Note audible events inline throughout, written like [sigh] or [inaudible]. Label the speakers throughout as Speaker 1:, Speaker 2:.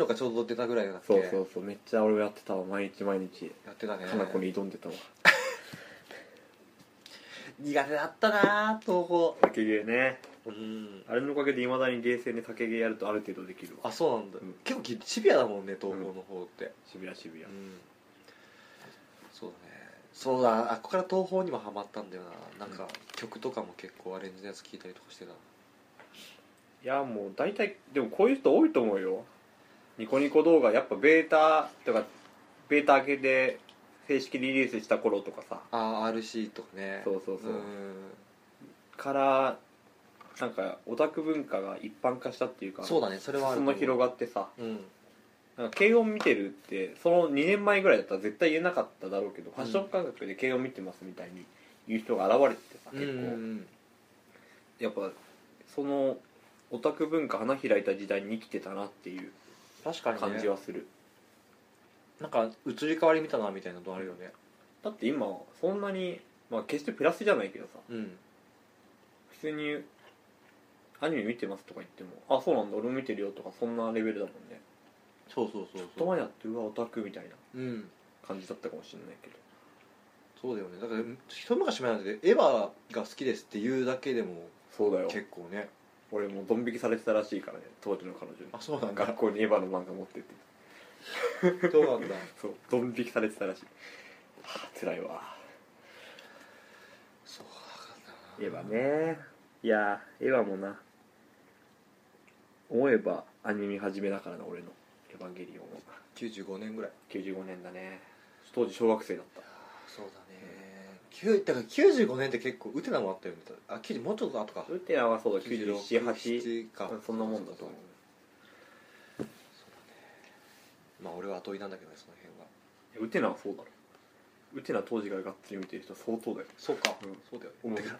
Speaker 1: とかちょうど出たぐらいだっけ
Speaker 2: そうそうそうめっちゃ俺やってたわ毎日毎日
Speaker 1: やってたね
Speaker 2: かなこに挑んでたわ
Speaker 1: 苦手だったな東宝
Speaker 2: 竹芸ね
Speaker 1: うん
Speaker 2: あれのおかげでいまだに冷静に竹芸やるとある程度できるわ
Speaker 1: あそうなんだ、
Speaker 2: うん
Speaker 1: 結構きシビアだもんね東宝の方って
Speaker 2: 渋谷渋谷
Speaker 1: うん、そうだねそうだあここから東宝にもハマったんだよななんか曲とかも結構アレンジのやつ聞いたりとかしてた
Speaker 2: いやもう大体でもこういう人多いと思うよニコニコ動画やっぱベータとかベータ明けで正式リリースした頃とかさ
Speaker 1: ああ RC とかね
Speaker 2: そうそうそう
Speaker 1: うん
Speaker 2: からなんかオタク文化が一般化したっていうか
Speaker 1: そうだねそれはある
Speaker 2: 裾野広がってさ
Speaker 1: うん
Speaker 2: なんか軽音見てるってその2年前ぐらいだったら絶対言えなかっただろうけど、ファッション感覚で軽音見てますみたいに言う人が現れててさ
Speaker 1: うん
Speaker 2: 結
Speaker 1: う
Speaker 2: 構、
Speaker 1: ん
Speaker 2: やっぱそのオタク文化花開いた時代に生きてたなっていう
Speaker 1: 確かに、ね、
Speaker 2: 感じはする、
Speaker 1: なんか移り変わり見たなみたいなのあるよね
Speaker 2: だって今そんなに、まあ、決してプラスじゃないけどさ
Speaker 1: うん
Speaker 2: 普通にアニメ見てますとか言ってもあそうなんだ俺も見てるよとかそんなレベルだもんね
Speaker 1: そうそうそう
Speaker 2: 人
Speaker 1: そう
Speaker 2: 前やってうわオタクみたいな
Speaker 1: うん
Speaker 2: 感じだったかもしれないけど
Speaker 1: そうだよねだから一昔前なんてエヴァが好きですって言うだけでも
Speaker 2: そうだよ
Speaker 1: 結構ね
Speaker 2: 俺もうドン引きされてたらしいからね当時の彼女に
Speaker 1: あそうなんだ
Speaker 2: 学校にエヴァの漫画持ってって
Speaker 1: どうなんだ
Speaker 2: そうドン引きされてたらしいはあ辛いわ
Speaker 1: そう
Speaker 2: エヴァねいやエヴァもな思えばアニメ始めだからな俺の「エヴァンゲリオン」は
Speaker 1: 95年ぐらい
Speaker 2: 95年だね当時小学生だった
Speaker 1: そうだね9だから95年って結構ウテナもあったよねあ90もうちょっと後か
Speaker 2: ウテナはそうだ978
Speaker 1: 97か
Speaker 2: そんなもんだと思う
Speaker 1: まあ俺は後追いなんだけどねその辺は
Speaker 2: ウテナはそうだろウテナ当時からがっつり見てる人相当だよ
Speaker 1: そうか、
Speaker 2: うん
Speaker 1: そうだよね
Speaker 2: 俺
Speaker 1: てか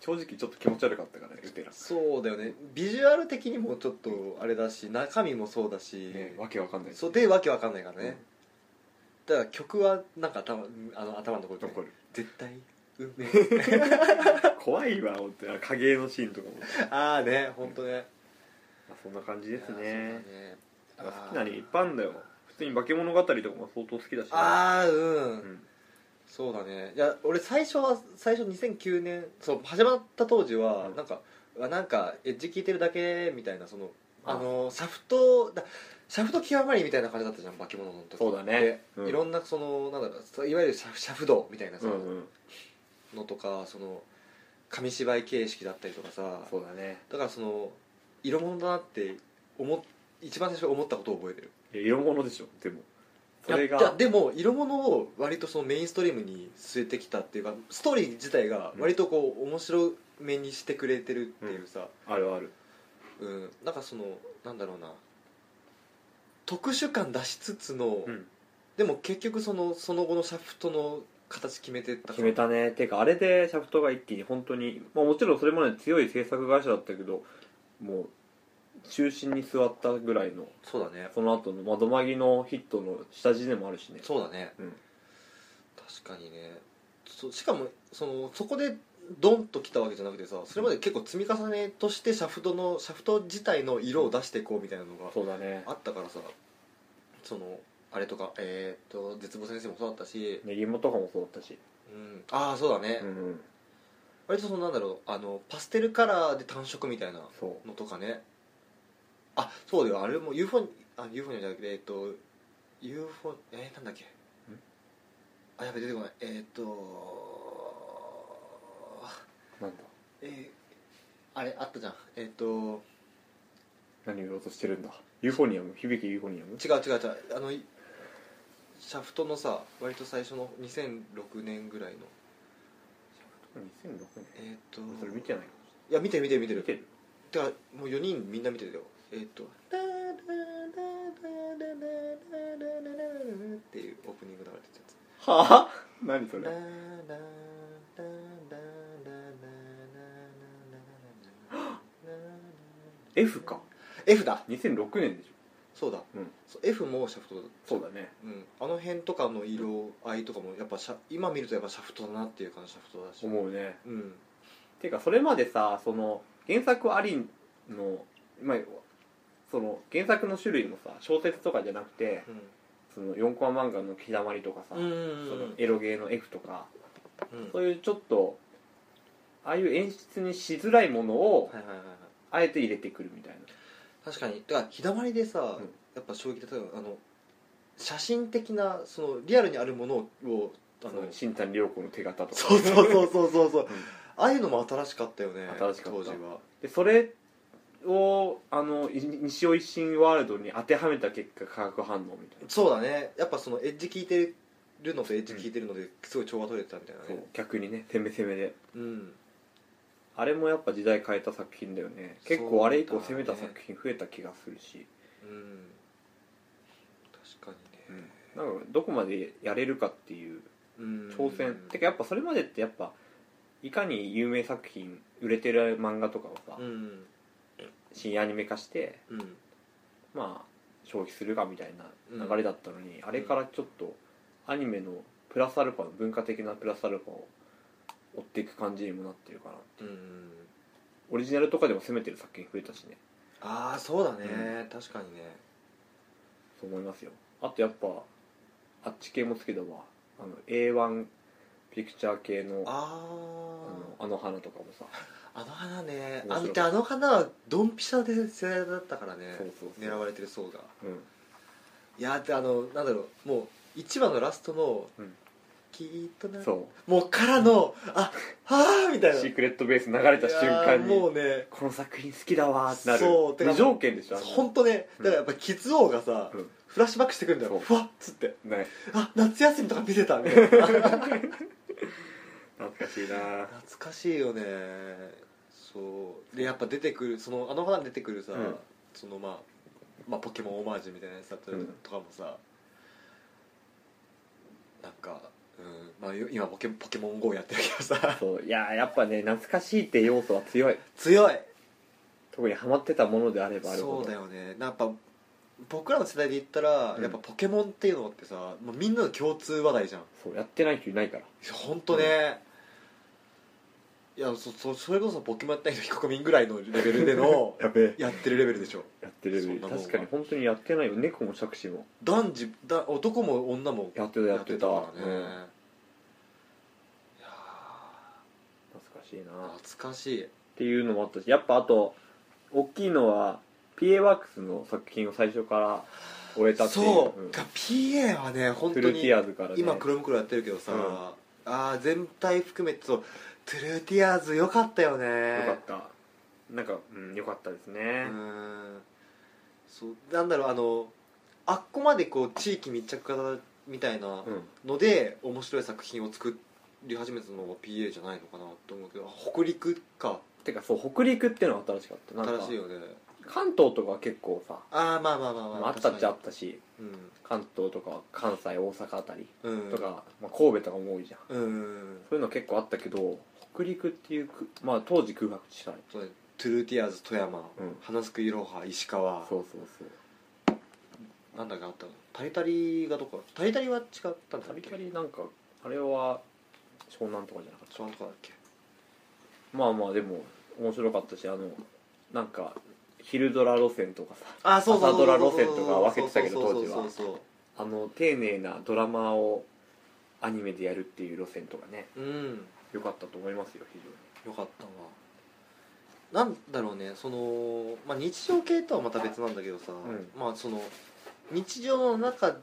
Speaker 2: 正直ちょっと気持ち悪かったからねウテナ
Speaker 1: そうだよねビジュアル的にもちょっとあれだし中身もそうだし、
Speaker 2: ねわけわかんない
Speaker 1: そうでわけわかんないからね、だから曲はなんか頭あの頭のところで
Speaker 2: 残る
Speaker 1: 絶対運
Speaker 2: [laughs]
Speaker 1: 命
Speaker 2: 怖いわ本当に影絵のシーンとかも
Speaker 1: ああね本当ね
Speaker 2: まあそんな感じです
Speaker 1: いや
Speaker 2: ね
Speaker 1: そう
Speaker 2: ま
Speaker 1: だね
Speaker 2: あ好きなにいっぱいあるんだよ普通に化け物語とかも相当好きだし
Speaker 1: あー
Speaker 2: う
Speaker 1: うん
Speaker 2: ん
Speaker 1: そうだねいや俺最初は最初2009年そう始まった当時は
Speaker 2: うん
Speaker 1: なんか、うわなんかエッジ聞いてるだけみたいなその
Speaker 2: あ
Speaker 1: あのシャフトだシャフト極まりみたいな感じだったじゃん化け物の時って
Speaker 2: そうだねうん
Speaker 1: いろんなそのなんだろうそういわゆるシャフシャフ道みたいなさ、
Speaker 2: うんうん
Speaker 1: のとかその紙芝居形式だったりとかさ
Speaker 2: そうだね
Speaker 1: だからその色物だなって思っ一番最初に思ったことを覚えてる
Speaker 2: いや色物でしょでもそれ
Speaker 1: いやい
Speaker 2: が
Speaker 1: やでも色物を割とそのメインストリームに据えてきたっていうかストーリー自体が割とこう面白めにしてくれてるっていうさ、
Speaker 2: あるある
Speaker 1: うんなんかそのなんだろうな特殊感出しつつの、
Speaker 2: うん
Speaker 1: でも結局そのその後のシャフトの形決めてった
Speaker 2: 決めたねてかあれでシャフトが一気に本当にまあもちろんそれまで強い制作会社だったけどもう中心に座ったぐらいの
Speaker 1: そうだね
Speaker 2: その後の窓まぎのヒットの下地でもあるしね
Speaker 1: そうだね、
Speaker 2: うん
Speaker 1: 確かにねそしかもそのそこでドンと来たわけじゃなくてさそれまで結構積み重ねとしてシャフトのシャフト自体の色を出していこうみたいなのが
Speaker 2: そうだね
Speaker 1: あったからさそのあれとかえー、っと絶望先生もそうだったし、
Speaker 2: ネギモとかもそうだったし
Speaker 1: うん、ああそうだね、
Speaker 2: うんうん
Speaker 1: 割とそのなんだろうあのパステルカラーで単色みたいな
Speaker 2: そ
Speaker 1: のとかねあそうだよあれも UFO あ UFO じゃなくてえーっと UFO えー、なんだっけあやべ出てこないえー、っと
Speaker 2: うなんだ
Speaker 1: えー、あれあったじゃんえー、っと
Speaker 2: 何を言おうとしてるんだユーフォニアム響きユーフォニアム
Speaker 1: 違う違う違うあのいシャフトのさ割と最初の2006年ぐらいの
Speaker 2: 2006年
Speaker 1: えーっと
Speaker 2: それ見てない
Speaker 1: いや見てる見てる見て
Speaker 2: 見
Speaker 1: る
Speaker 2: てる
Speaker 1: てかもう4人みんな見てるよえーっと「ララララララララララ」っていうオープニング流れてるやつ
Speaker 2: はあ何そ
Speaker 1: ララララララララララ
Speaker 2: F か
Speaker 1: F だ
Speaker 2: 2006年でしょ
Speaker 1: そうだ、
Speaker 2: うん
Speaker 1: そう F もシャフトだ
Speaker 2: そうだね
Speaker 1: うん、あの辺とかの色合いとかもやっぱシャ今見るとやっぱシャフトだなっていう感じシャフトだし
Speaker 2: 思うね
Speaker 1: うん
Speaker 2: ていうかそれまでさその原作ありの、まあ、その原作の種類もさ小説とかじゃなくて
Speaker 1: うん
Speaker 2: その4コマ漫画の「きだまり」とかさ、
Speaker 1: うん
Speaker 2: そ
Speaker 1: うんう
Speaker 2: の
Speaker 1: ん
Speaker 2: エロゲーの F とか、
Speaker 1: うん
Speaker 2: そういうちょっとああいう演出にしづらいものを
Speaker 1: はいはいはいはい
Speaker 2: あえて入れてくるみたいな、
Speaker 1: 確かにだから日だまりでさ、
Speaker 2: うん
Speaker 1: やっぱ衝撃で例えばあの写真的なそのリアルにあるものをあ
Speaker 2: そ
Speaker 1: の
Speaker 2: の新谷涼子の手形とか
Speaker 1: そうそうそうそうそうそう、
Speaker 2: ん
Speaker 1: ああいうのも新しかったよね
Speaker 2: 新しかった
Speaker 1: 当時は
Speaker 2: でそれをあのい西尾維新ワールドに当てはめた結果化学反応みたいな
Speaker 1: そうだねやっぱそのエッジ効いてるのとエッジ効いてるのですごい調和取れてたみたいな
Speaker 2: そう
Speaker 1: ね
Speaker 2: 逆にね攻め攻めで
Speaker 1: うん
Speaker 2: あれもやっぱ時代変えた作品だよね結構あれ以降攻めた作品増えた気がするし、
Speaker 1: うん確かにね
Speaker 2: なんかどこまでやれるかっていう
Speaker 1: うん
Speaker 2: 挑戦、てかやっぱそれまでってやっぱいかに有名作品売れてる漫画とかをさ、
Speaker 1: うん
Speaker 2: 新アニメ化して
Speaker 1: うん
Speaker 2: まあ消費するかみたいな
Speaker 1: うん
Speaker 2: 流れだったのに、あれからちょっとアニメのプラスアルファの文化的なプラスアルファを追っていく感じにもなってるかな
Speaker 1: うん
Speaker 2: オリジナルとかでも攻めてる作品増えたしね
Speaker 1: ああそうだね、確かにね
Speaker 2: そう思いますよあとやっぱあっち系も好きだわあの A1 ピクチャー系のあ
Speaker 1: あ
Speaker 2: の
Speaker 1: あ
Speaker 2: あの花とかもさ、
Speaker 1: あの花ね
Speaker 2: 面
Speaker 1: あ
Speaker 2: 白い
Speaker 1: のであの花はドンピシャで世代だったからね
Speaker 2: そうそうそう
Speaker 1: 狙われてる層が
Speaker 2: うん、
Speaker 1: いやーってあのなんだろうもう1話のラストの、
Speaker 2: うん
Speaker 1: きーっとな
Speaker 2: そう
Speaker 1: もうからのあはあみたいな
Speaker 2: シークレットベース流れた瞬間
Speaker 1: いやーも
Speaker 2: に
Speaker 1: うね
Speaker 2: この作品好きだわーってなる
Speaker 1: そうてか
Speaker 2: 無条件でしょあの
Speaker 1: 本当ねだからやっぱキッズ王がさ、
Speaker 2: うん
Speaker 1: フラッシュバックしてくるんだよ
Speaker 2: そう
Speaker 1: ふわっつって
Speaker 2: ね
Speaker 1: あ夏休みとか見てたみたいな懐
Speaker 2: 懐かしいなー
Speaker 1: かしいよねそうでやっぱ出てくるそのあの花に出てくるさ、
Speaker 2: うん
Speaker 1: そのまあ、まあ、ポケモンオマージュみたいなやつだったり
Speaker 2: うん
Speaker 1: とかもさ、なんか、うんまあ、よ今ポケポケモン GO やってるけどさ [laughs]
Speaker 2: そういやーやっぱね懐かしいって要素は強い
Speaker 1: 強い
Speaker 2: 特にハマってたものであればあるほど
Speaker 1: そうだよねやっぱ僕らの世代で言ったら、
Speaker 2: うん
Speaker 1: やっぱポケモンっていうのってさもうみんなの共通話題じゃん
Speaker 2: そうやってない人いないから
Speaker 1: 本当ね、いやそそそれこそポケモンやった人コミンぐらいのレベルでの
Speaker 2: [laughs] やべえ
Speaker 1: やってるレベルでしょ
Speaker 2: やってる
Speaker 1: そんなもんは
Speaker 2: 確かに本当にやってないよ猫も杓子も
Speaker 1: 男児だ男も女も
Speaker 2: やってたやってた
Speaker 1: からね、
Speaker 2: うん
Speaker 1: いや
Speaker 2: 懐かしいな
Speaker 1: ー
Speaker 2: ーっ
Speaker 1: 懐かしい
Speaker 2: ていうのもあったしやっぱあと大きいのは PA ワークスの作品を最初から終えたっていう
Speaker 1: そう、
Speaker 2: ん
Speaker 1: が PA はね本
Speaker 2: フ
Speaker 1: 当
Speaker 2: ルテ
Speaker 1: に
Speaker 2: ィアーズからね
Speaker 1: 今クロムクロやってるけどさ、
Speaker 2: うん
Speaker 1: ああ全体含めてそうトゥルーティアーズよかったよね
Speaker 2: よかったなんか、うん、よかったですね
Speaker 1: う、ーんそうなんだろうあのあっこまでこう地域密着型みたいな
Speaker 2: うん
Speaker 1: ので、面白い作品を作り始めたのが PA じゃないのかなと思うけど北陸か
Speaker 2: てかそう北陸っていうのが新しかったなんか
Speaker 1: 新しいよね
Speaker 2: 関東とかは結構さ、
Speaker 1: ああまあまあまあまあ
Speaker 2: まあ、あったっちゃあ
Speaker 1: 確
Speaker 2: ったし
Speaker 1: かに
Speaker 2: 関東とか関西大阪あたり
Speaker 1: うんうん
Speaker 2: とか、まあ、神戸とかも多いじゃん
Speaker 1: うん
Speaker 2: そういうの結構あったけど北陸っていうく、まあ、当時空白地帯
Speaker 1: そうねトゥルーティアーズ富山、
Speaker 2: うん
Speaker 1: 花すくいろは石川
Speaker 2: そうそうそう
Speaker 1: なんだかあったのタリタリがどこタリタリは違ったんだ
Speaker 2: た
Speaker 1: っ
Speaker 2: び
Speaker 1: け
Speaker 2: たびなんかあれは湘南とかじゃなかっ
Speaker 1: そうなんとかだっけ
Speaker 2: たまあまあでも面白かったしあのなんか昼ドラ路線とかさ
Speaker 1: あそうそうそうそう
Speaker 2: 朝ドラ路線とか分けてたけど当時は
Speaker 1: そうそうそう
Speaker 2: あの丁寧なドラマをアニメでやるっていう路線とかね
Speaker 1: そううん
Speaker 2: 良かったと思いますよ非常
Speaker 1: よ
Speaker 2: に
Speaker 1: かったわなんだろうねその、まあ、日常系とはまた別なんだけどさ、
Speaker 2: ん
Speaker 1: まあその日常の中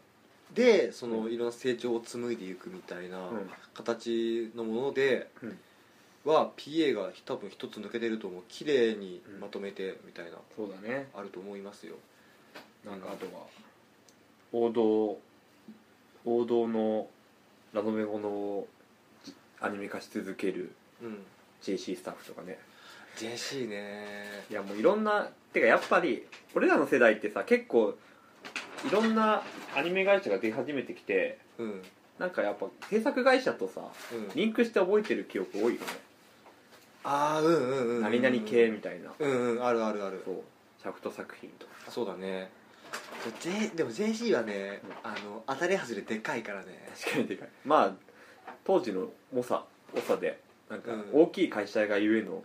Speaker 1: でその
Speaker 2: うん
Speaker 1: いろんな成長を紡いでいくみたいな
Speaker 2: うん
Speaker 1: 形のもので
Speaker 2: うん
Speaker 1: は PA が多分一つ抜けてると思う綺麗にまとめてみたいな
Speaker 2: そうだね
Speaker 1: あると思いますよ
Speaker 2: なんかあとは王道王道のラノベものをじアニメ化し続ける
Speaker 1: うん
Speaker 2: JC スタッフとかね
Speaker 1: JC ね
Speaker 2: いやもういろんなてかやっぱり俺らの世代ってさ結構いろんなアニメ会社が出始めてきて
Speaker 1: うんうん
Speaker 2: なんかやっぱ制作会社とさリンクして覚えてる記憶多いよね、
Speaker 1: ああうんうんうん
Speaker 2: 何々系みたいな、
Speaker 1: うんうんあるあるある
Speaker 2: そうシャフト作品とか
Speaker 1: そうだねそう J でも JC はね、あの当たり外れでかいからね
Speaker 2: 確かにでかいまあ当時の猛者猛者でなんか
Speaker 1: うん
Speaker 2: 大きい会社がゆえの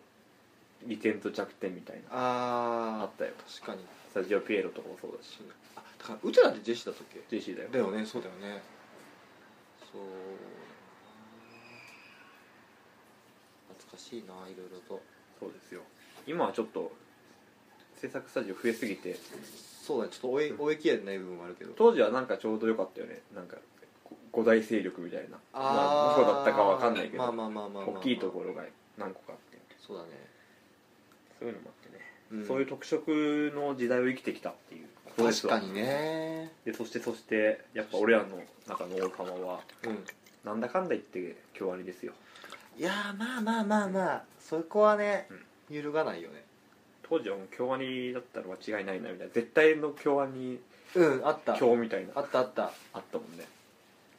Speaker 2: 利点と弱点みたいな
Speaker 1: あ
Speaker 2: あったよ
Speaker 1: あ確かに
Speaker 2: スタジオピエロとかもそうだし
Speaker 1: あだからウテラってジェシーだったっけ
Speaker 2: JC だよ
Speaker 1: だよねそうだよねそう懐かしいないろいろと
Speaker 2: そうですよ今はちょっと制作スタジオ増えすぎて
Speaker 1: そうだねちょっと追い追い切れてない部分もあるけど
Speaker 2: 当時はなんかちょうどよかったよねなんかこ五大勢力みたいなまあ、どこだったかわかんないけど、
Speaker 1: まあまあまあまあまあまあ、
Speaker 2: 大きいところが何個かあって
Speaker 1: そうだね、
Speaker 2: そういうのもあってね、
Speaker 1: うん
Speaker 2: そういう特色の時代を生きてきたっていう
Speaker 1: 確かにね
Speaker 2: でそしてそしてやっぱ俺らの中の王様は
Speaker 1: うん
Speaker 2: なんだかんだ言って京アニですよ
Speaker 1: いやーまあまあまあまあそこはね
Speaker 2: うん
Speaker 1: 揺るがないよね
Speaker 2: 当時はもう京アニだったら間違いないなみたいな絶対の京アニ
Speaker 1: うんあった
Speaker 2: 京みたいな
Speaker 1: あったあった
Speaker 2: あったもんね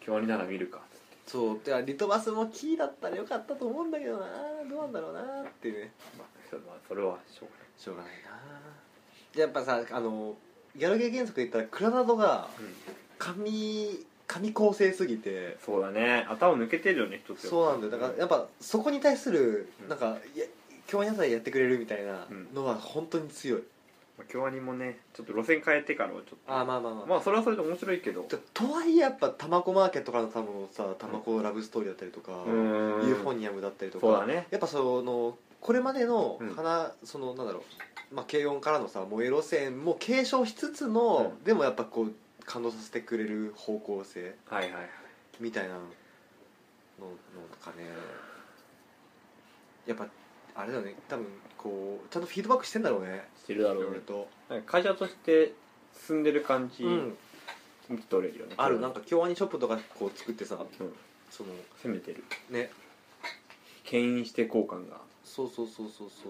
Speaker 2: 京アニなら見るかっつって
Speaker 1: そうてかリトバスもキーだったらよかったと思うんだけどなどうなんだろうなっていうね
Speaker 2: まあそれはそれはしょう
Speaker 1: しょうがないなやっぱさあのギャラゲー原則で言ったらクラナドが
Speaker 2: がない、うん
Speaker 1: 紙紙構成すぎて
Speaker 2: そうだね頭抜けてるよね一つ
Speaker 1: そうなんだよだからやっぱそこに対する
Speaker 2: うん
Speaker 1: なんかいや今日は皆さんやってくれるみたいなのは本当に強い、
Speaker 2: まあ京アニもねちょっと路線変えてからはちょっと
Speaker 1: ああまあまあまあ、
Speaker 2: まあそれはそれで面白いけど
Speaker 1: ととはいえやっぱタマコマーケットからの多分さタマコラブストーリーだったりとか、
Speaker 2: ん
Speaker 1: ユーフォニアムだったりとか
Speaker 2: そうだね
Speaker 1: やっぱそのこれまでの
Speaker 2: うん
Speaker 1: 花、そのなんだろう、まあ、軽音からのさ萌え路線も継承しつつの、でもやっぱこう感動させてくれる方向性
Speaker 2: はいはいはい
Speaker 1: みたいなののとかねやっぱあれだよね多分こうちゃんとフィードバックしてんだろうね
Speaker 2: してるだ
Speaker 1: い
Speaker 2: ろ
Speaker 1: ろ
Speaker 2: う
Speaker 1: い
Speaker 2: ね
Speaker 1: ろと、
Speaker 2: なんか会社として進んでる感じ
Speaker 1: うん、
Speaker 2: 見て取れるよね、
Speaker 1: あるなんか京アニショップとかこう作ってさ
Speaker 2: うん
Speaker 1: その
Speaker 2: 攻めてる
Speaker 1: ね
Speaker 2: 牽引して好感が
Speaker 1: そうそうそうそうそ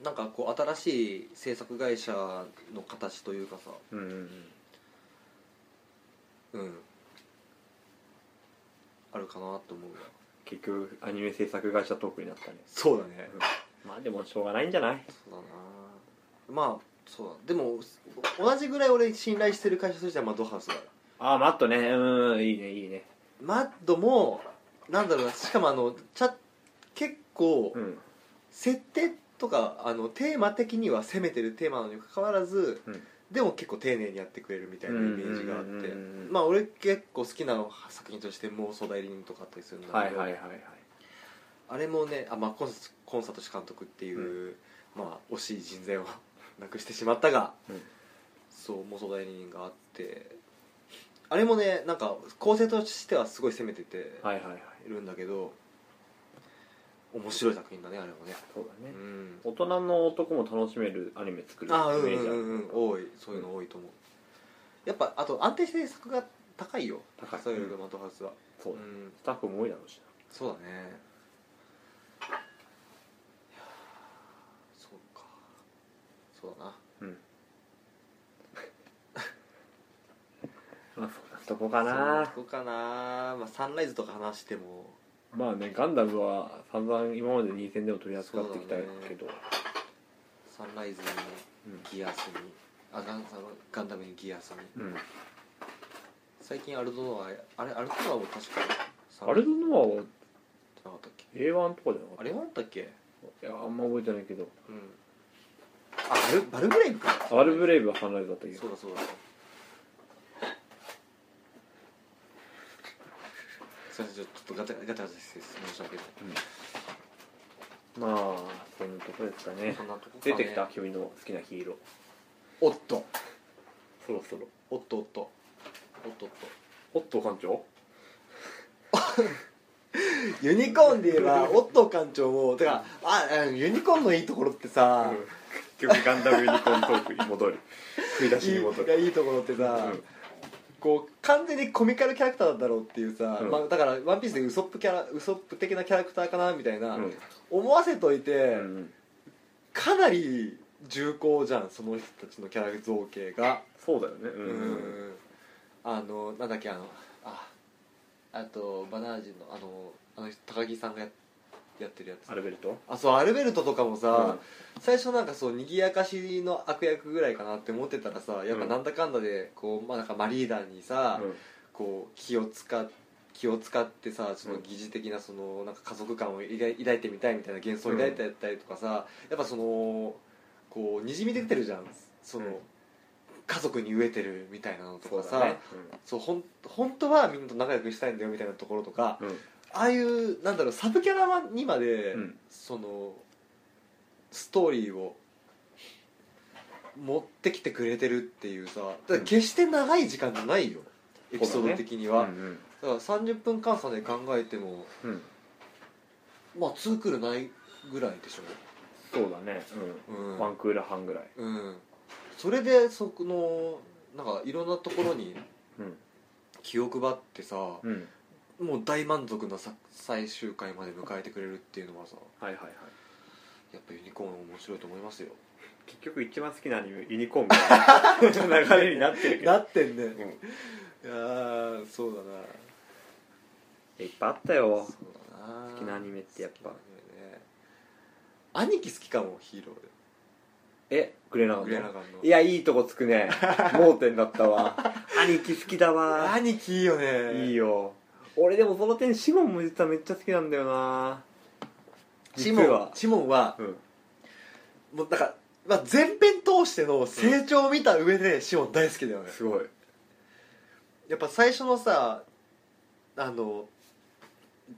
Speaker 1: うなんかこう新しい制作会社の形というかさ
Speaker 2: うんうんうん
Speaker 1: うんあるかなと思うわ
Speaker 2: 結局アニメ制作会社トークになったね
Speaker 1: そうだね
Speaker 2: まあでもしょうがないんじゃない
Speaker 1: そうだなまあそうだでも同じぐらい俺信頼してる会社としてはマッドハウスだ
Speaker 2: ああマットねうんいいねいいね
Speaker 1: マッドもなんだろうなしかもあのちゃ結構
Speaker 2: うん
Speaker 1: 設定とかあのテーマ的には攻めてるテーマなのにかかわらず、
Speaker 2: うん
Speaker 1: でも結構丁寧にやってくれるみたいなイメージがあっ
Speaker 2: うんうん
Speaker 1: て
Speaker 2: うんうん
Speaker 1: まあ俺結構好きな作品として妄想代理人とかあったりするんだけど、
Speaker 2: はいはいはいはい
Speaker 1: あれもねあ、まあ、コンサコンサート氏監督っていう、まあ、惜しい人材を [laughs] なくしてしまったが、
Speaker 2: うん
Speaker 1: そう妄想代理人があってあれもねなんか構成としてはすごい攻めてて
Speaker 2: はいはいはい
Speaker 1: いるんだけど、面白い作品だねあれもね、
Speaker 2: そうだ
Speaker 1: う
Speaker 2: ね、
Speaker 1: ん、
Speaker 2: 大人の男も楽しめるアニメ作る
Speaker 1: あうん
Speaker 2: イ
Speaker 1: う
Speaker 2: メー
Speaker 1: ん
Speaker 2: ジあ
Speaker 1: う
Speaker 2: る
Speaker 1: んうん多いそういうの多いと思う、やっぱあと安定して作が高いよ
Speaker 2: 高い
Speaker 1: そういうマットハウスは、
Speaker 2: そう
Speaker 1: う
Speaker 2: だね
Speaker 1: ん
Speaker 2: スタッフも多いだろうし
Speaker 1: そうだねいやーそうかそうだな
Speaker 2: なうんまあそんなとこかな
Speaker 1: そうかな、まあ、サンライズとか話しても
Speaker 2: まあねガンダムは散々今まで2戦でも取り扱ってきたけどう,、
Speaker 1: サンライズにギアスにあガンガンダムにギアスに
Speaker 2: ん、うん、
Speaker 1: 最近アルドノアあれアルドノアも確かサン
Speaker 2: ア
Speaker 1: ライ
Speaker 2: ル
Speaker 1: ズ
Speaker 2: ドノアは
Speaker 1: じゃなかったっけ
Speaker 2: A1 とかじゃな
Speaker 1: あ
Speaker 2: かっ
Speaker 1: れなんだっけ
Speaker 2: たいやあんま覚えてないけど
Speaker 1: うんあバルバルブレイブか
Speaker 2: アルブレイブはサンライズだったけど
Speaker 1: そうだそうだすいませんちょっとガタガタガタして申し訳ない
Speaker 2: まあそんなとこですかね
Speaker 1: そんなとこか
Speaker 2: 出
Speaker 1: ね
Speaker 2: てきた君の好きなヒーロー
Speaker 1: おっと
Speaker 2: そろそろ
Speaker 1: おっとおっとおっとおっ
Speaker 2: おっと館長
Speaker 1: とユニコーンで言えばオットー館長もてかああユニコーンのいいところってさ、
Speaker 2: 結局ガンダムユニコーントークに戻る振り出し
Speaker 1: い
Speaker 2: に戻る
Speaker 1: いいいところってさ、
Speaker 2: うん
Speaker 1: こう完全にコミカルキャラクターだろうっていうさ、
Speaker 2: うん
Speaker 1: まあ、だから「ワンピースでウソップキャラウソップ的なキャラクターかなみたいな、
Speaker 2: うん
Speaker 1: 思わせといて、
Speaker 2: うん
Speaker 1: かなり重厚じゃんその人たちのキャラ造形が
Speaker 2: そうだよね
Speaker 1: う
Speaker 2: うんうん
Speaker 1: んあのなんだっけあのああとバナージンのあのあの人高木さんがややってるやつ
Speaker 2: アルベルト
Speaker 1: あそうアルベルトとかもさ、最初なんかそう賑やかしの悪役ぐらいかなって思ってたらさやっぱなんだかんだでこう、まあ、なんかマリーダーにさ、
Speaker 2: うん
Speaker 1: こう気を使っ気を使ってさその疑似的なそのなんか家族感を抱い抱いてみたいみたいな幻想を抱いてやったりとかさ、やっぱそのこうにじみ出てるじゃんその、
Speaker 2: うん
Speaker 1: 家族に飢えてるみたいなのと
Speaker 2: そ
Speaker 1: か
Speaker 2: う
Speaker 1: さ
Speaker 2: だね
Speaker 1: そうほん本当はみんなと仲良くしたいんだよみたいなところとか
Speaker 2: うん
Speaker 1: ああいうなんだろうサブキャラにまで、
Speaker 2: うん
Speaker 1: そのストーリーを持ってきてくれてるっていうさだから決して長い時間じゃないよ、エピソード的に
Speaker 2: うんう
Speaker 1: はだ,、
Speaker 2: ん
Speaker 1: から30分換算で考えても
Speaker 2: うん
Speaker 1: まあ2クールないぐらいでし
Speaker 2: そうだね
Speaker 1: ょ、う
Speaker 2: うん
Speaker 1: ん
Speaker 2: ワンクール半ぐらい
Speaker 1: うん、それでそこのなんかいろんなところに
Speaker 2: うん
Speaker 1: 気を配ってさ、
Speaker 2: うん
Speaker 1: もう大満足なさ最終回まで迎えてくれるっていうのはさ
Speaker 2: はいはいはい
Speaker 1: やっぱユニコーン面白いと思いますよ
Speaker 2: 結局一番好きなアニメユニコーンみたいな流れになってるけど
Speaker 1: なってんね、
Speaker 2: うん
Speaker 1: いやーそうだない
Speaker 2: っぱいあったよ
Speaker 1: そうだな
Speaker 2: 好きなアニメってやっぱ
Speaker 1: 好きなアニメね兄貴好きかもヒーロ
Speaker 2: えグレナ
Speaker 1: ーで
Speaker 2: ガン
Speaker 1: グレナガンの
Speaker 2: いやいいとこつ
Speaker 1: [laughs]
Speaker 2: くね盲点だったわ兄貴好きだわ
Speaker 1: 兄貴いいよ [laughs] ね
Speaker 2: いいよ俺でもその点シモンも実はめっちゃ好きなんだよな
Speaker 1: シモ
Speaker 2: 実
Speaker 1: ン
Speaker 2: は
Speaker 1: シモンは
Speaker 2: うん
Speaker 1: もうだから、まあ、前編通しての成長を見た上で、シモン大好きだよね
Speaker 2: すごい
Speaker 1: やっぱ最初のさあの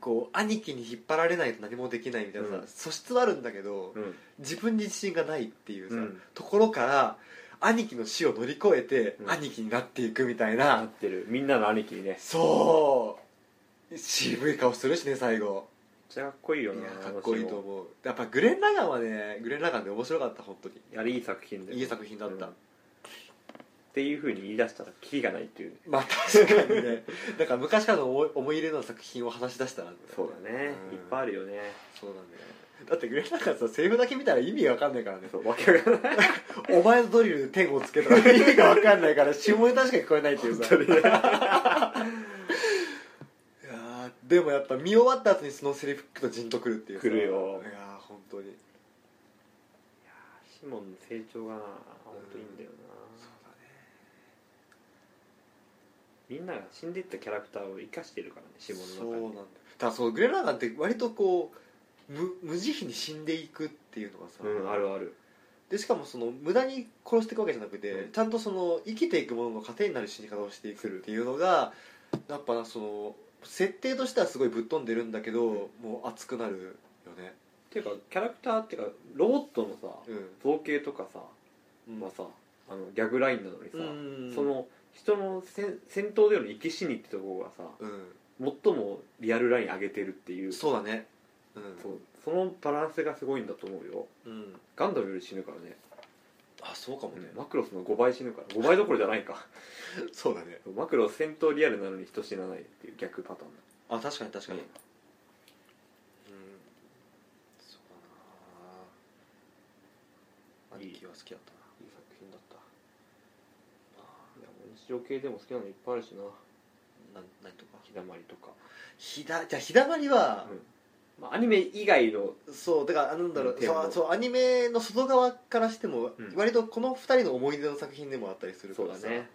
Speaker 1: こう兄貴に引っ張られないと何もできないみたいなさ、
Speaker 2: うん
Speaker 1: 素質はあるんだけど、
Speaker 2: うん
Speaker 1: 自分に自信がないっていうさ、
Speaker 2: うん
Speaker 1: ところから兄貴の死を乗り越えて、
Speaker 2: うん
Speaker 1: 兄貴になっていくみたい
Speaker 2: 合
Speaker 1: な、
Speaker 2: ってるみんなの兄貴にねめっ
Speaker 1: そう渋い顔するしね最後
Speaker 2: ちゃかっこいい
Speaker 1: い
Speaker 2: よ
Speaker 1: やか
Speaker 2: な
Speaker 1: っこいいと思うやっぱグレン・ラガンはねグレン・ラガンで面白かった本当に
Speaker 2: うあれいい作品だよ
Speaker 1: いい作品だった、
Speaker 2: うんっていうふうに言い出したらキリがないっていう
Speaker 1: まあ確かにねだから昔からの思い思い入れの作品を話し出したら
Speaker 2: そうだね
Speaker 1: うん
Speaker 2: いっぱいあるよね
Speaker 1: そうなんだよだってグレン・ラガンさセリフだけ見たら意味わかんないからね
Speaker 2: そうわけわかんない
Speaker 1: お前のドリルで天をつけたら意味がわかんないから下ネタしか聞こえないっていうさいやーでもやっぱ見終わった後にそのセリフ聞くとジンとくるっていうさ
Speaker 2: くるよ
Speaker 1: いやー本当に
Speaker 2: シモンの成長がな本当いいんだよなみんなが死んでいったキャラクターを生かしてるからねシモン
Speaker 1: そう
Speaker 2: の
Speaker 1: なんだよ
Speaker 2: 中に
Speaker 1: だからそうグレン・ラガンって割とこう無無慈悲に死んでいくっていうのがさ、
Speaker 2: うんあるある
Speaker 1: でしかもその無駄に殺していくわけじゃなくて、
Speaker 2: うん
Speaker 1: ちゃんとその生きていくものの糧になる死に方をしていくっていうのがやっぱその設定としてはすごいぶっ飛んでるんだけど、もう熱くなるよね
Speaker 2: っていうかキャラクターっていうかロボットのさ
Speaker 1: う
Speaker 2: 造形とかさ、
Speaker 1: ん
Speaker 2: まあさあのギャグラインなのに
Speaker 1: う
Speaker 2: さ、
Speaker 1: ん
Speaker 2: その人の戦戦闘での生き死にってところがさ
Speaker 1: う
Speaker 2: 最もリアルライン上げてるっていうん
Speaker 1: そうだねうん
Speaker 2: そうそのバランスがすごいんだと思うよ
Speaker 1: うん
Speaker 2: ガンダムより死ぬからね、
Speaker 1: あそうかもね、
Speaker 2: マクロスの5倍死ぬから5倍どころじゃないか
Speaker 1: そうだね
Speaker 2: マクロス戦闘リアルなのに人死なないっていう逆パターンだ
Speaker 1: あ確かに確かに
Speaker 2: うん
Speaker 1: そうだない
Speaker 2: い
Speaker 1: 兄貴は好きだったない
Speaker 2: い作品だったいやもう日常系でも好きなのいっぱいあるしな
Speaker 1: な何とか
Speaker 2: 日だまりとか、
Speaker 1: ひだじゃあひだまりは、
Speaker 2: まあ、アニメ以外の
Speaker 1: そうだからあなんだろう
Speaker 2: う
Speaker 1: そ
Speaker 2: んテー
Speaker 1: う
Speaker 2: マ
Speaker 1: そうアニメの外側からしても、
Speaker 2: うん
Speaker 1: 割とこの二人の思い出の作品でもあったりするか
Speaker 2: そう
Speaker 1: ら
Speaker 2: だ
Speaker 1: さ
Speaker 2: ね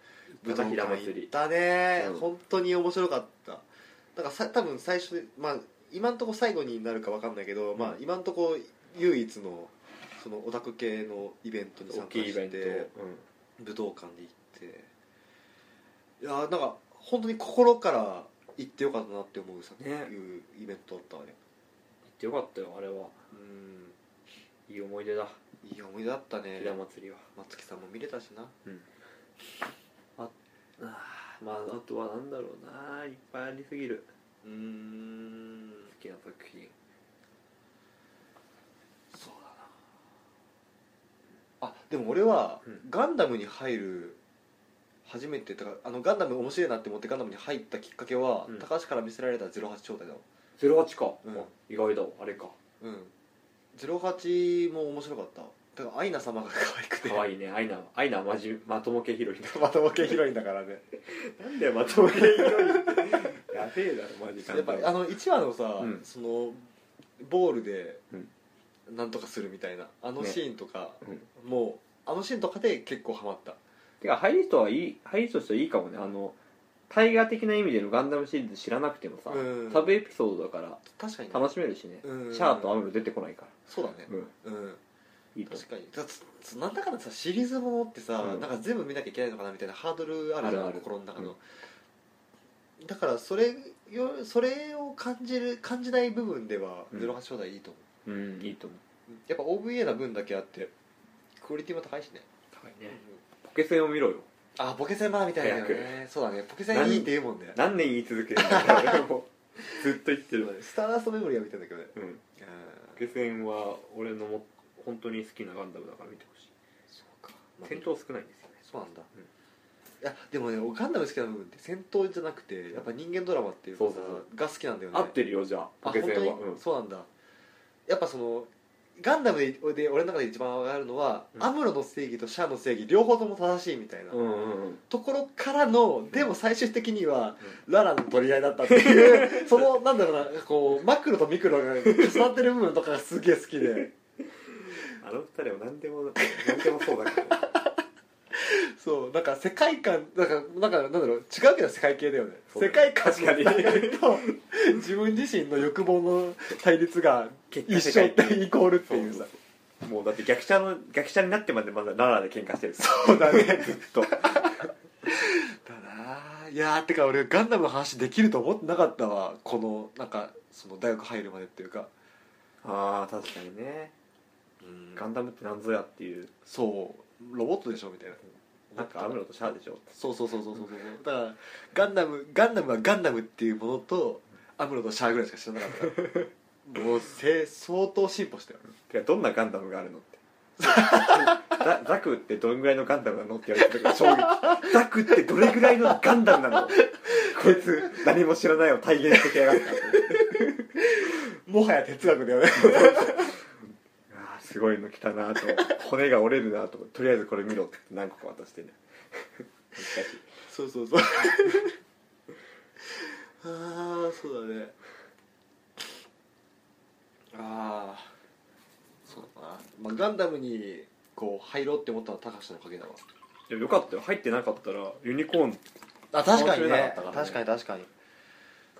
Speaker 1: 舞台館
Speaker 2: 豚ひら
Speaker 1: 行
Speaker 2: 祭
Speaker 1: っ
Speaker 2: り
Speaker 1: たね、
Speaker 2: うん
Speaker 1: 本当に面白かっただからさ多分最初でまあ今んとこ最後になるかわかんないけど、まあ今んとこ唯一のそのオタク系のイベントに参
Speaker 2: 大
Speaker 1: 加
Speaker 2: きいイベ
Speaker 1: し
Speaker 2: ント、
Speaker 1: て武道館で行っていやーなんか本当に心から行ってよかったなって思うさ、
Speaker 2: ね
Speaker 1: いうイベントだったわね
Speaker 2: 行ってよかったよあれは
Speaker 1: う
Speaker 2: いい思い出だ
Speaker 1: んいい思い出だったね
Speaker 2: ひだ祭りは
Speaker 1: 松木さんも見れたしな
Speaker 2: あーまああとはなんだろうないっぱいありすぎる
Speaker 1: うーん
Speaker 2: 好きな作品
Speaker 1: そうだなあでも俺は
Speaker 2: うん
Speaker 1: ガンダムに入る初めてだからあのガンダム面白いなって思ってガンダムに入ったきっかけは、
Speaker 2: うん
Speaker 1: 高橋から見せられた08招待だわ
Speaker 2: 08か、
Speaker 1: うん
Speaker 2: あ意外だわあれか
Speaker 1: うん08も面白かっただからアイナ様が可愛くて
Speaker 2: 可愛いねアイナアイナはまじまとも系ヒロイン
Speaker 1: まとも系ヒロインだからね
Speaker 2: なんだよまとも系ヒロインって [laughs] やべえだろマジ
Speaker 1: やっぱりあの1話のさ、
Speaker 2: うん
Speaker 1: そのボールで
Speaker 2: うん
Speaker 1: なんとかするみたいなあの
Speaker 2: ね
Speaker 1: シーンとか、もうあのシーンとかで結構ハマった
Speaker 2: てかハリストはいいハリストとしてはいいかもねあのタイガー的な意味でのガンダムシリーズ知らなくてもさ、
Speaker 1: うん
Speaker 2: サブエピソードだから
Speaker 1: 確かにね
Speaker 2: 楽しめるしね、
Speaker 1: うん
Speaker 2: シャアとアムロ出てこないか
Speaker 1: そうだね
Speaker 2: ら、
Speaker 1: うん
Speaker 2: いいと
Speaker 1: 確かにだつつなんだかんださシリーズものってさ、
Speaker 2: うん
Speaker 1: なんか全部見なきゃいけないのかなみたいなハードルあるじゃん
Speaker 2: あるある
Speaker 1: 心の中の、だからそれよそれを感じる感じない部分では
Speaker 2: うん
Speaker 1: 08正代いいと思
Speaker 2: うんいいと思う
Speaker 1: う、やっぱ OVA な分だけあってクオリティも高いしね、
Speaker 2: 高い
Speaker 1: うん
Speaker 2: ねポケセンを見ろよ
Speaker 1: あポケセンマーみたいだよねそうだねポケセンいいって言うもんね
Speaker 2: 何年言い続けて [laughs] るんだよもうずっと言ってる
Speaker 1: スターラストメモリーは見てんだけどね
Speaker 2: うん
Speaker 1: うん
Speaker 2: ポケセンは俺のも本当に好きなガンダムだから見てほしい
Speaker 1: そうか、まあ
Speaker 2: 戦闘少ないんですよね
Speaker 1: そうなんだ、
Speaker 2: うん
Speaker 1: いやでもね俺ガンダム好きな部分って戦闘じゃなくてやっぱ人間ドラマっていうかさ
Speaker 2: そうそう
Speaker 1: が好きなんだよね
Speaker 2: 合ってるよじゃあ
Speaker 1: あ
Speaker 2: ポ
Speaker 1: 本
Speaker 2: ケ
Speaker 1: 当
Speaker 2: セ
Speaker 1: に
Speaker 2: ンは、うん
Speaker 1: そうなんだやっぱそのガンダムでで俺の中で一番上がるのは、
Speaker 2: うん
Speaker 1: アムロの正義とシャアの正義両方とも正しいみたいな、
Speaker 2: うんうんうん
Speaker 1: ところからのでも最終的には、
Speaker 2: う
Speaker 1: ララの取り合いだったっていう
Speaker 2: [laughs]
Speaker 1: そのなんだろうなこうマクロとミクロが重なってる部分とかがすげえ好きで
Speaker 2: あの二人は何でも何でもそうだから [laughs]
Speaker 1: そうなんか世界観なんかなんかなんだろう違うけど世界系だよね
Speaker 2: そう
Speaker 1: 世
Speaker 2: だね
Speaker 1: 界観
Speaker 2: 確かに
Speaker 1: [laughs] と自分自身の欲望の対立が一緒ってイコールっていうさ
Speaker 2: もうだって逆車の逆車になってまでまだララで喧嘩してる
Speaker 1: そうだね
Speaker 2: ずっと
Speaker 1: だなあいやーてか俺ガンダムの話できると思ってなかったわこのなんかその大学入るまでっていうか、
Speaker 2: ああ確かにねガンダムって何ぞやっていう
Speaker 1: そうロボットでしょみたいな
Speaker 2: なんかアムロとシャアでしょ
Speaker 1: そうそうそうそうそうそうだからガンダムガンダムはガンダムっていうものとアムロとシャアぐらいしか知らなかったからもうせ相当進歩したよ
Speaker 2: てかどんなガンダムがあるのってザザクってどんぐらいのガンダムなのって言われてたから衝 [laughs] 撃ザクってどれぐらいのガンダムなのこいつ何も知らないを体現してきやがった
Speaker 1: もはや哲学だよね
Speaker 2: あーすごいの来たなと骨が折れるなととりあえずこれ見ろって何個か渡してね難しい
Speaker 1: そうそうそうああそうだねああそうだな、まあ、ガンダムにこう入ろうって思ったのは高橋のおかげだわ
Speaker 2: いやよかったよ入ってなかったらユニコーン
Speaker 1: あ
Speaker 2: 確かにね
Speaker 1: 確かに確かに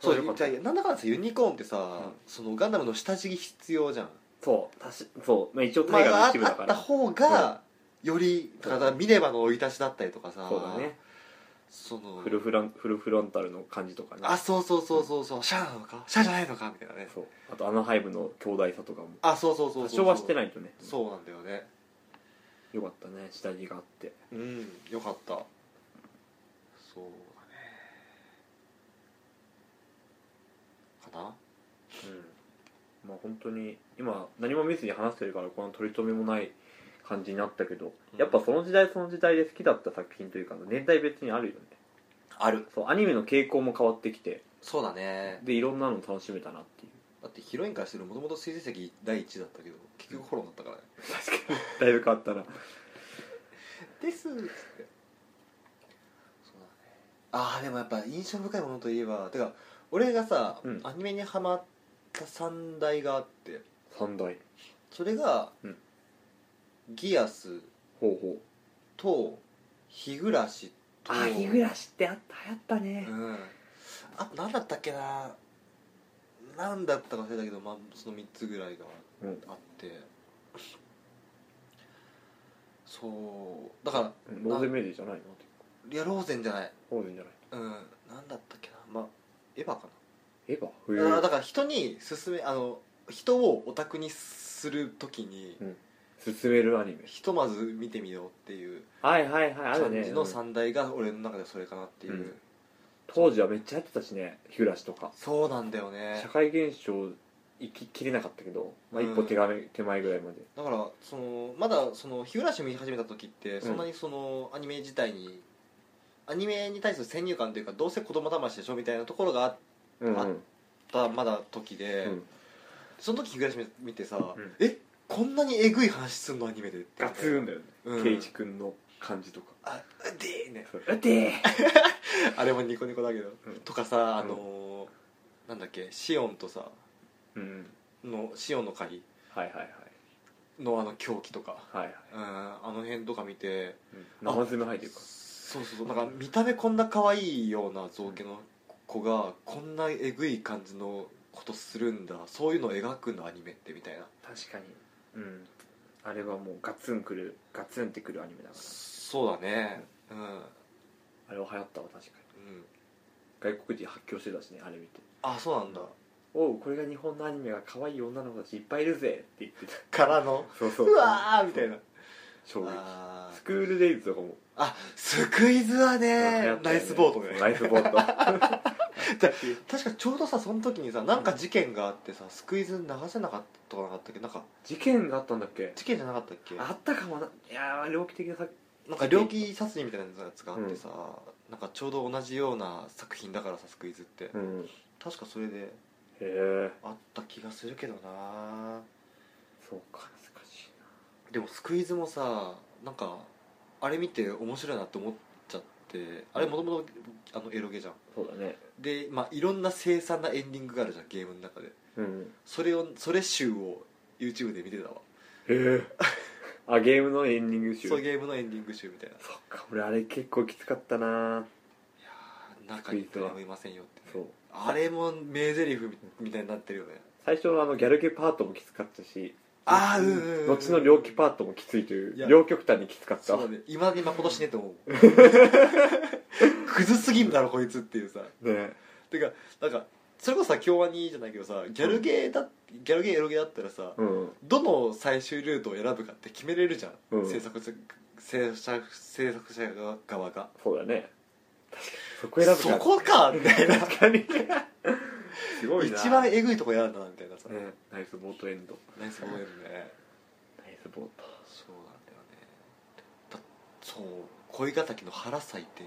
Speaker 1: そう
Speaker 2: よかっ
Speaker 1: じゃ
Speaker 2: た
Speaker 1: あなんだかんださユニコーンってさ、
Speaker 2: ん
Speaker 1: そのガンダムの下敷き必要じゃん
Speaker 2: そうたしそう、まあ、一応
Speaker 1: ま
Speaker 2: 大河の
Speaker 1: あ、あ
Speaker 2: 一部だ
Speaker 1: あ
Speaker 2: か
Speaker 1: った
Speaker 2: ら、
Speaker 1: 方がよりだからミネバの生い立ちだったりとかさ
Speaker 2: そうだね
Speaker 1: その
Speaker 2: フルフランフルフロンタルの感じとかね
Speaker 1: あそうそうそうそうそうシャアなのかシャアじゃないのかみたいなね
Speaker 2: そうあとアナハイブの兄弟さとかも
Speaker 1: あそうそうそうそ
Speaker 2: 多
Speaker 1: う
Speaker 2: 少はして
Speaker 1: い
Speaker 2: ないとね
Speaker 1: そうなんだよね
Speaker 2: よかったね下地があって
Speaker 1: うんよかったそうだねかな
Speaker 2: うんまあ本当に今何も見ずに話してるからこの取り留めもない感じになったけど、
Speaker 1: うん
Speaker 2: やっぱその時代その時代で好きだった作品というか年代別にあるよね
Speaker 1: ある
Speaker 2: そうアニメの傾向も変わってきて
Speaker 1: そうだね
Speaker 2: でいろんなの楽しめたなっていう
Speaker 1: だってヒロインからしてるもともと成績第一だったけど結局フォローだったからね
Speaker 2: だいぶ変わったな
Speaker 1: ですっつってそうだねああでもやっぱ印象深いものといえばてか俺がさ、
Speaker 2: うん
Speaker 1: アニメにハマった三大があって
Speaker 2: 三大
Speaker 1: それが、
Speaker 2: うん
Speaker 1: ギアス
Speaker 2: ほうほう
Speaker 1: と日暮らしと
Speaker 2: らしってあった流行ったね
Speaker 1: うんあと何だったっけな何だったか忘れたけど、まあ、その3つぐらいが
Speaker 2: うん
Speaker 1: あって、そうだから
Speaker 2: うんローゼンメリーじゃないの
Speaker 1: いやローゼンじゃない
Speaker 2: ローゼンじゃない
Speaker 1: うん何だったっけなまあエヴァか
Speaker 2: エヴァ
Speaker 1: な、
Speaker 2: へ
Speaker 1: あ
Speaker 2: え
Speaker 1: ーだから人に勧めあの人をオタクにするときに、
Speaker 2: 進めるアニメ
Speaker 1: ひとまず見てみようっていう
Speaker 2: はいはいはいある
Speaker 1: 感
Speaker 2: ね
Speaker 1: じの
Speaker 2: うん
Speaker 1: 三大が俺の中でそれかなっていう、
Speaker 2: うん当時はめっちゃ流行ってたしね日暮らしとか
Speaker 1: そうなんだよね
Speaker 2: 社会現象行ききれなかったけど、まあ、
Speaker 1: うん
Speaker 2: 一歩手が手前ぐらいまで
Speaker 1: だからそのまだその日暮らしを見始めた時ってそんなにそのアニメ自体に、アニメに対する先入観というかどうせ子供魂でしょみたいなところがあっ
Speaker 2: うんうん
Speaker 1: あたまだ時で、
Speaker 2: うん
Speaker 1: その時日暮らし見てさ、
Speaker 2: うん
Speaker 1: えこんなにえぐい話すんのアニメでって
Speaker 2: ガツンだよね
Speaker 1: うん
Speaker 2: 圭一君の感じとか
Speaker 1: あでーね
Speaker 2: 「うて
Speaker 1: あれもニコニコだけど、
Speaker 2: うん
Speaker 1: とかさあのーなんだっけシオンとさ
Speaker 2: ー!」うん
Speaker 1: のシオンの会
Speaker 2: はいはいはい
Speaker 1: のあの狂気とか
Speaker 2: はいはい
Speaker 1: うんあの辺とか見て
Speaker 2: うん生詰め入ってるか
Speaker 1: そうそうそうなんか見た目こんな可愛いような造形の子がこんなえぐい感じのことするんだそういうのを描くんだアニメってみたいな
Speaker 2: 確かにうんあれはもうガツンくるガツンってくるアニメだから
Speaker 1: そうだねうん、うん、
Speaker 2: あれは流行ったわ確かに外国人発狂してたしねあれ見て
Speaker 1: あそうなんだ
Speaker 2: 「おうこれが日本のアニメが可愛い女の子たちいっぱいいるぜ」って言ってた
Speaker 1: からの
Speaker 2: そうそう
Speaker 1: うわーみたいな
Speaker 2: 衝撃
Speaker 1: あ
Speaker 2: スクールデイズとかも
Speaker 1: ーあスクイズは
Speaker 2: 流行
Speaker 1: ね
Speaker 2: ったよね
Speaker 1: ナイスボートね
Speaker 2: [laughs] ナイスボート
Speaker 1: 確かちょうどさその時にさなんか事件があってさスクイズ流せなかったとかなかったっけなんか
Speaker 2: 事件があったんだっけ
Speaker 1: 事件じゃなかったっけ
Speaker 2: あったかもないやー猟奇的な作
Speaker 1: なんか猟奇殺人みたいなやつがあってさ、なんかちょうど同じような作品だからさスクイズって、
Speaker 2: うんへ
Speaker 1: 確かそれで
Speaker 2: え
Speaker 1: あった気がするけどな
Speaker 2: そうか懐かしいな
Speaker 1: でもスクイズもさなんかあれ見て面白いなって思っちゃってあれもともとあのエロゲじゃん
Speaker 2: そうだね
Speaker 1: で、まあ、いろんな凄惨なエンディングがあるじゃんゲームの中で
Speaker 2: うん
Speaker 1: それをそれ集を YouTube で見てたわ
Speaker 2: へ [laughs] えあゲームのエンディング集
Speaker 1: そうゲームのエンディング集みたいない
Speaker 2: そっか俺あれ結構きつかったな
Speaker 1: やー中に誰もいませんよって
Speaker 2: そう
Speaker 1: あれも名台詞みみたいになってるよね
Speaker 2: 最初のあのギャルゲパートもきつかったし
Speaker 1: あーうんうんうん
Speaker 2: 後の猟奇パートもきついとい
Speaker 1: いや
Speaker 2: う両極端にきつかった
Speaker 1: そう
Speaker 2: わ
Speaker 1: だ
Speaker 2: ね
Speaker 1: ね今今今年ねと思
Speaker 2: [laughs]
Speaker 1: うクズすぎんだろこいつっていうさてかなんかそれこそさ京アニじゃないけどさギャルゲーだギャルゲーエロゲーだったらさ、
Speaker 2: うん
Speaker 1: どの最終ルートを選ぶかって決めれるじゃん、
Speaker 2: うん
Speaker 1: 制作者制作制作者側側が
Speaker 2: そうだね確かにそこ選ぶ
Speaker 1: そこかみたいな
Speaker 2: 確か [laughs] にすごいな
Speaker 1: 一番えぐいとこ選んだなみたいなさ、
Speaker 2: ねナイスボートエンド
Speaker 1: ナイスボールね
Speaker 2: ナイスボート
Speaker 1: そうなんだよねだそう恋敵の腹裂いて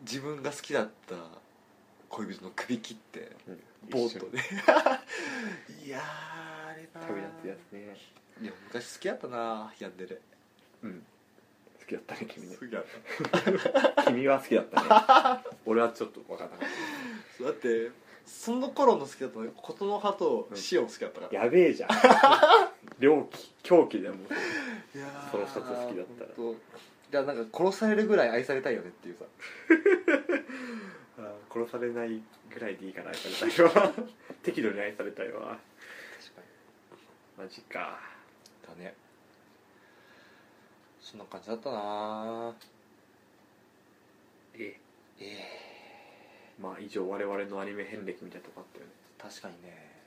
Speaker 1: 自分が好きだった恋人の首切ってボートでいやーあれなー
Speaker 2: 旅立つやつね
Speaker 1: いや昔好きだったなヤンデレ
Speaker 2: うん好きだったね君ね
Speaker 1: 好きだった
Speaker 2: 君は好きだったね [laughs] 俺はちょっと分からなかっ
Speaker 1: そうだってその頃の好きだったの琴の葉とシオン好きだったから、
Speaker 2: たやべえ [laughs] じゃん猟奇狂気だよもう
Speaker 1: いやー
Speaker 2: その二つ好きだったら
Speaker 1: ほんといやなんか殺されるぐらい愛されたいよねっていうさ
Speaker 2: 殺されないぐらいでいいかな愛されたいわ [laughs] 適度に愛されたいわ
Speaker 1: 確か
Speaker 2: マジか
Speaker 1: にだねそんな感じだったな
Speaker 2: え
Speaker 1: ええ
Speaker 2: まあ以上我々のアニメ遍歴みたいなとこあったよね
Speaker 1: 確かにね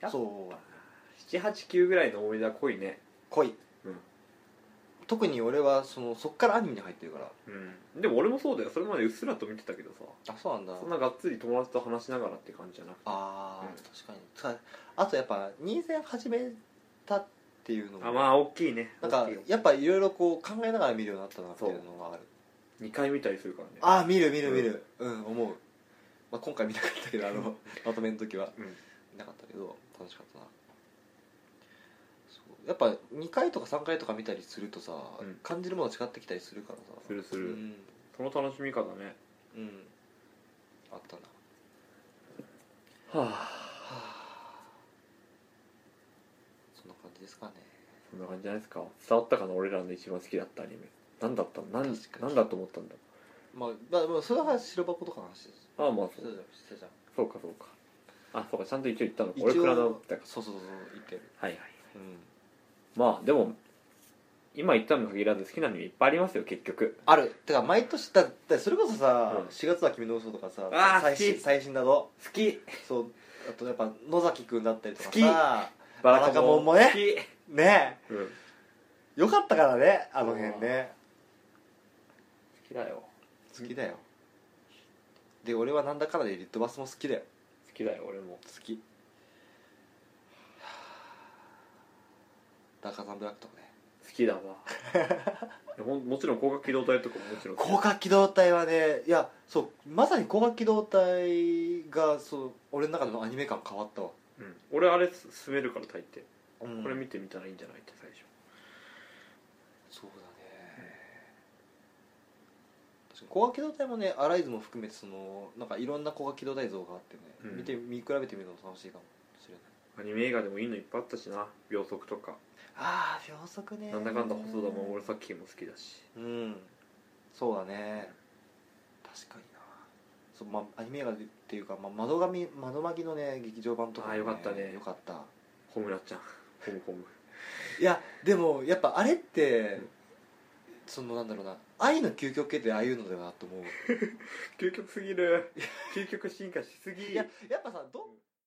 Speaker 2: やっ
Speaker 1: そう
Speaker 2: 789ぐらいの思い出は濃いね
Speaker 1: 恋
Speaker 2: うん
Speaker 1: 特に俺はそのそっからアニメに入ってるから
Speaker 2: うんでも俺もそうだよそれまでうっすらと見てたけどさ
Speaker 1: あそうなんだ
Speaker 2: そんながっつり友達と話しながらって感じじゃなくて
Speaker 1: ああ、
Speaker 2: うん
Speaker 1: 確かにさあとやっぱ2戦始めたっていうのも
Speaker 2: あまあ大きいね
Speaker 1: なんか
Speaker 2: 大きいよ
Speaker 1: やっぱいろいろこう考えながら見るようになったなっていうのがある
Speaker 2: 2回見たりするからね
Speaker 1: ああ見る見る見るうん、思う、まあ、今回見なかったけどあのまとめの時は
Speaker 2: うん
Speaker 1: 見なかったけど楽しかったなそうやっぱ2回とか3回とか見たりするとさ、
Speaker 2: うん
Speaker 1: 感じるもの違ってきたりするからさ
Speaker 2: するす
Speaker 1: う
Speaker 2: る、
Speaker 1: ん
Speaker 2: その楽しみ方ね
Speaker 1: うんあったな
Speaker 2: はあ
Speaker 1: そんな感じですかね
Speaker 2: そんな感じじゃないですか伝わったかな俺らの一番好きだったアニメ何だったの何
Speaker 1: 確かに
Speaker 2: 何だと思ったんだ
Speaker 1: まあ、まあまあ、それは白箱とかの話です
Speaker 2: ああまあ
Speaker 1: し
Speaker 2: そ
Speaker 1: てたじ
Speaker 2: う
Speaker 1: ゃんしてたじゃん
Speaker 2: そうかそうかあそうかちゃんと一応言ったのか俺からのだか
Speaker 1: そうそうそう言ってる
Speaker 2: らはいはい
Speaker 1: うん
Speaker 2: まあでも今言ったのに限らず好きなアニメいっぱいありますよ結局
Speaker 1: あるてか毎年だってそれこそさ、
Speaker 2: うん
Speaker 1: 4月は君の嘘とかさ
Speaker 2: あー
Speaker 1: 最
Speaker 2: 好
Speaker 1: 新
Speaker 2: き
Speaker 1: 最新だぞ
Speaker 2: 好き
Speaker 1: そうあとやっぱ野崎くんだったりとか
Speaker 2: 好き
Speaker 1: さ
Speaker 2: バ
Speaker 1: ラカモンもね
Speaker 2: 好き
Speaker 1: ね
Speaker 2: うん好
Speaker 1: えよかったからねあの辺ね
Speaker 2: きだよ
Speaker 1: 好きだよで俺はなんだかんだでリットバスも好きだよ
Speaker 2: 好きだよ俺も
Speaker 1: 好きダーカザンブラックとかね
Speaker 2: 好 [laughs] きだわいやももちろん広角機動隊とかももちろん好き
Speaker 1: 広角機動隊はねいやそうまさに広角機動隊がそう俺の中でのアニメ感変わったわ、
Speaker 2: うん、俺あれ進めるから大抵
Speaker 1: うん
Speaker 2: これ見てみたらいいんじゃないって最初
Speaker 1: そうだね確かに高架機動隊もねアライズも含めてそのなんかいろんな高架機動隊像があってね、
Speaker 2: うん
Speaker 1: 見て見比べてみるのも楽しいかもしれない
Speaker 2: アニメ映画でもいいのいっぱいあったしな秒速とか
Speaker 1: ああ秒速ね
Speaker 2: なんだかんだ細田守作品も好きだし
Speaker 1: うんそうだね確かになそう、まあ、アニメ映画っていうか、まあ、窓紙窓巻きのね劇場版とかも、
Speaker 2: あーよかったね
Speaker 1: よかった
Speaker 2: ホムラちゃんホムホム
Speaker 1: いやでもやっぱあれってそのなんだろうな愛の究極形ってああいうのだなと思う
Speaker 2: [laughs] 究極すぎる究極進化しすぎ
Speaker 1: いややっぱさどっ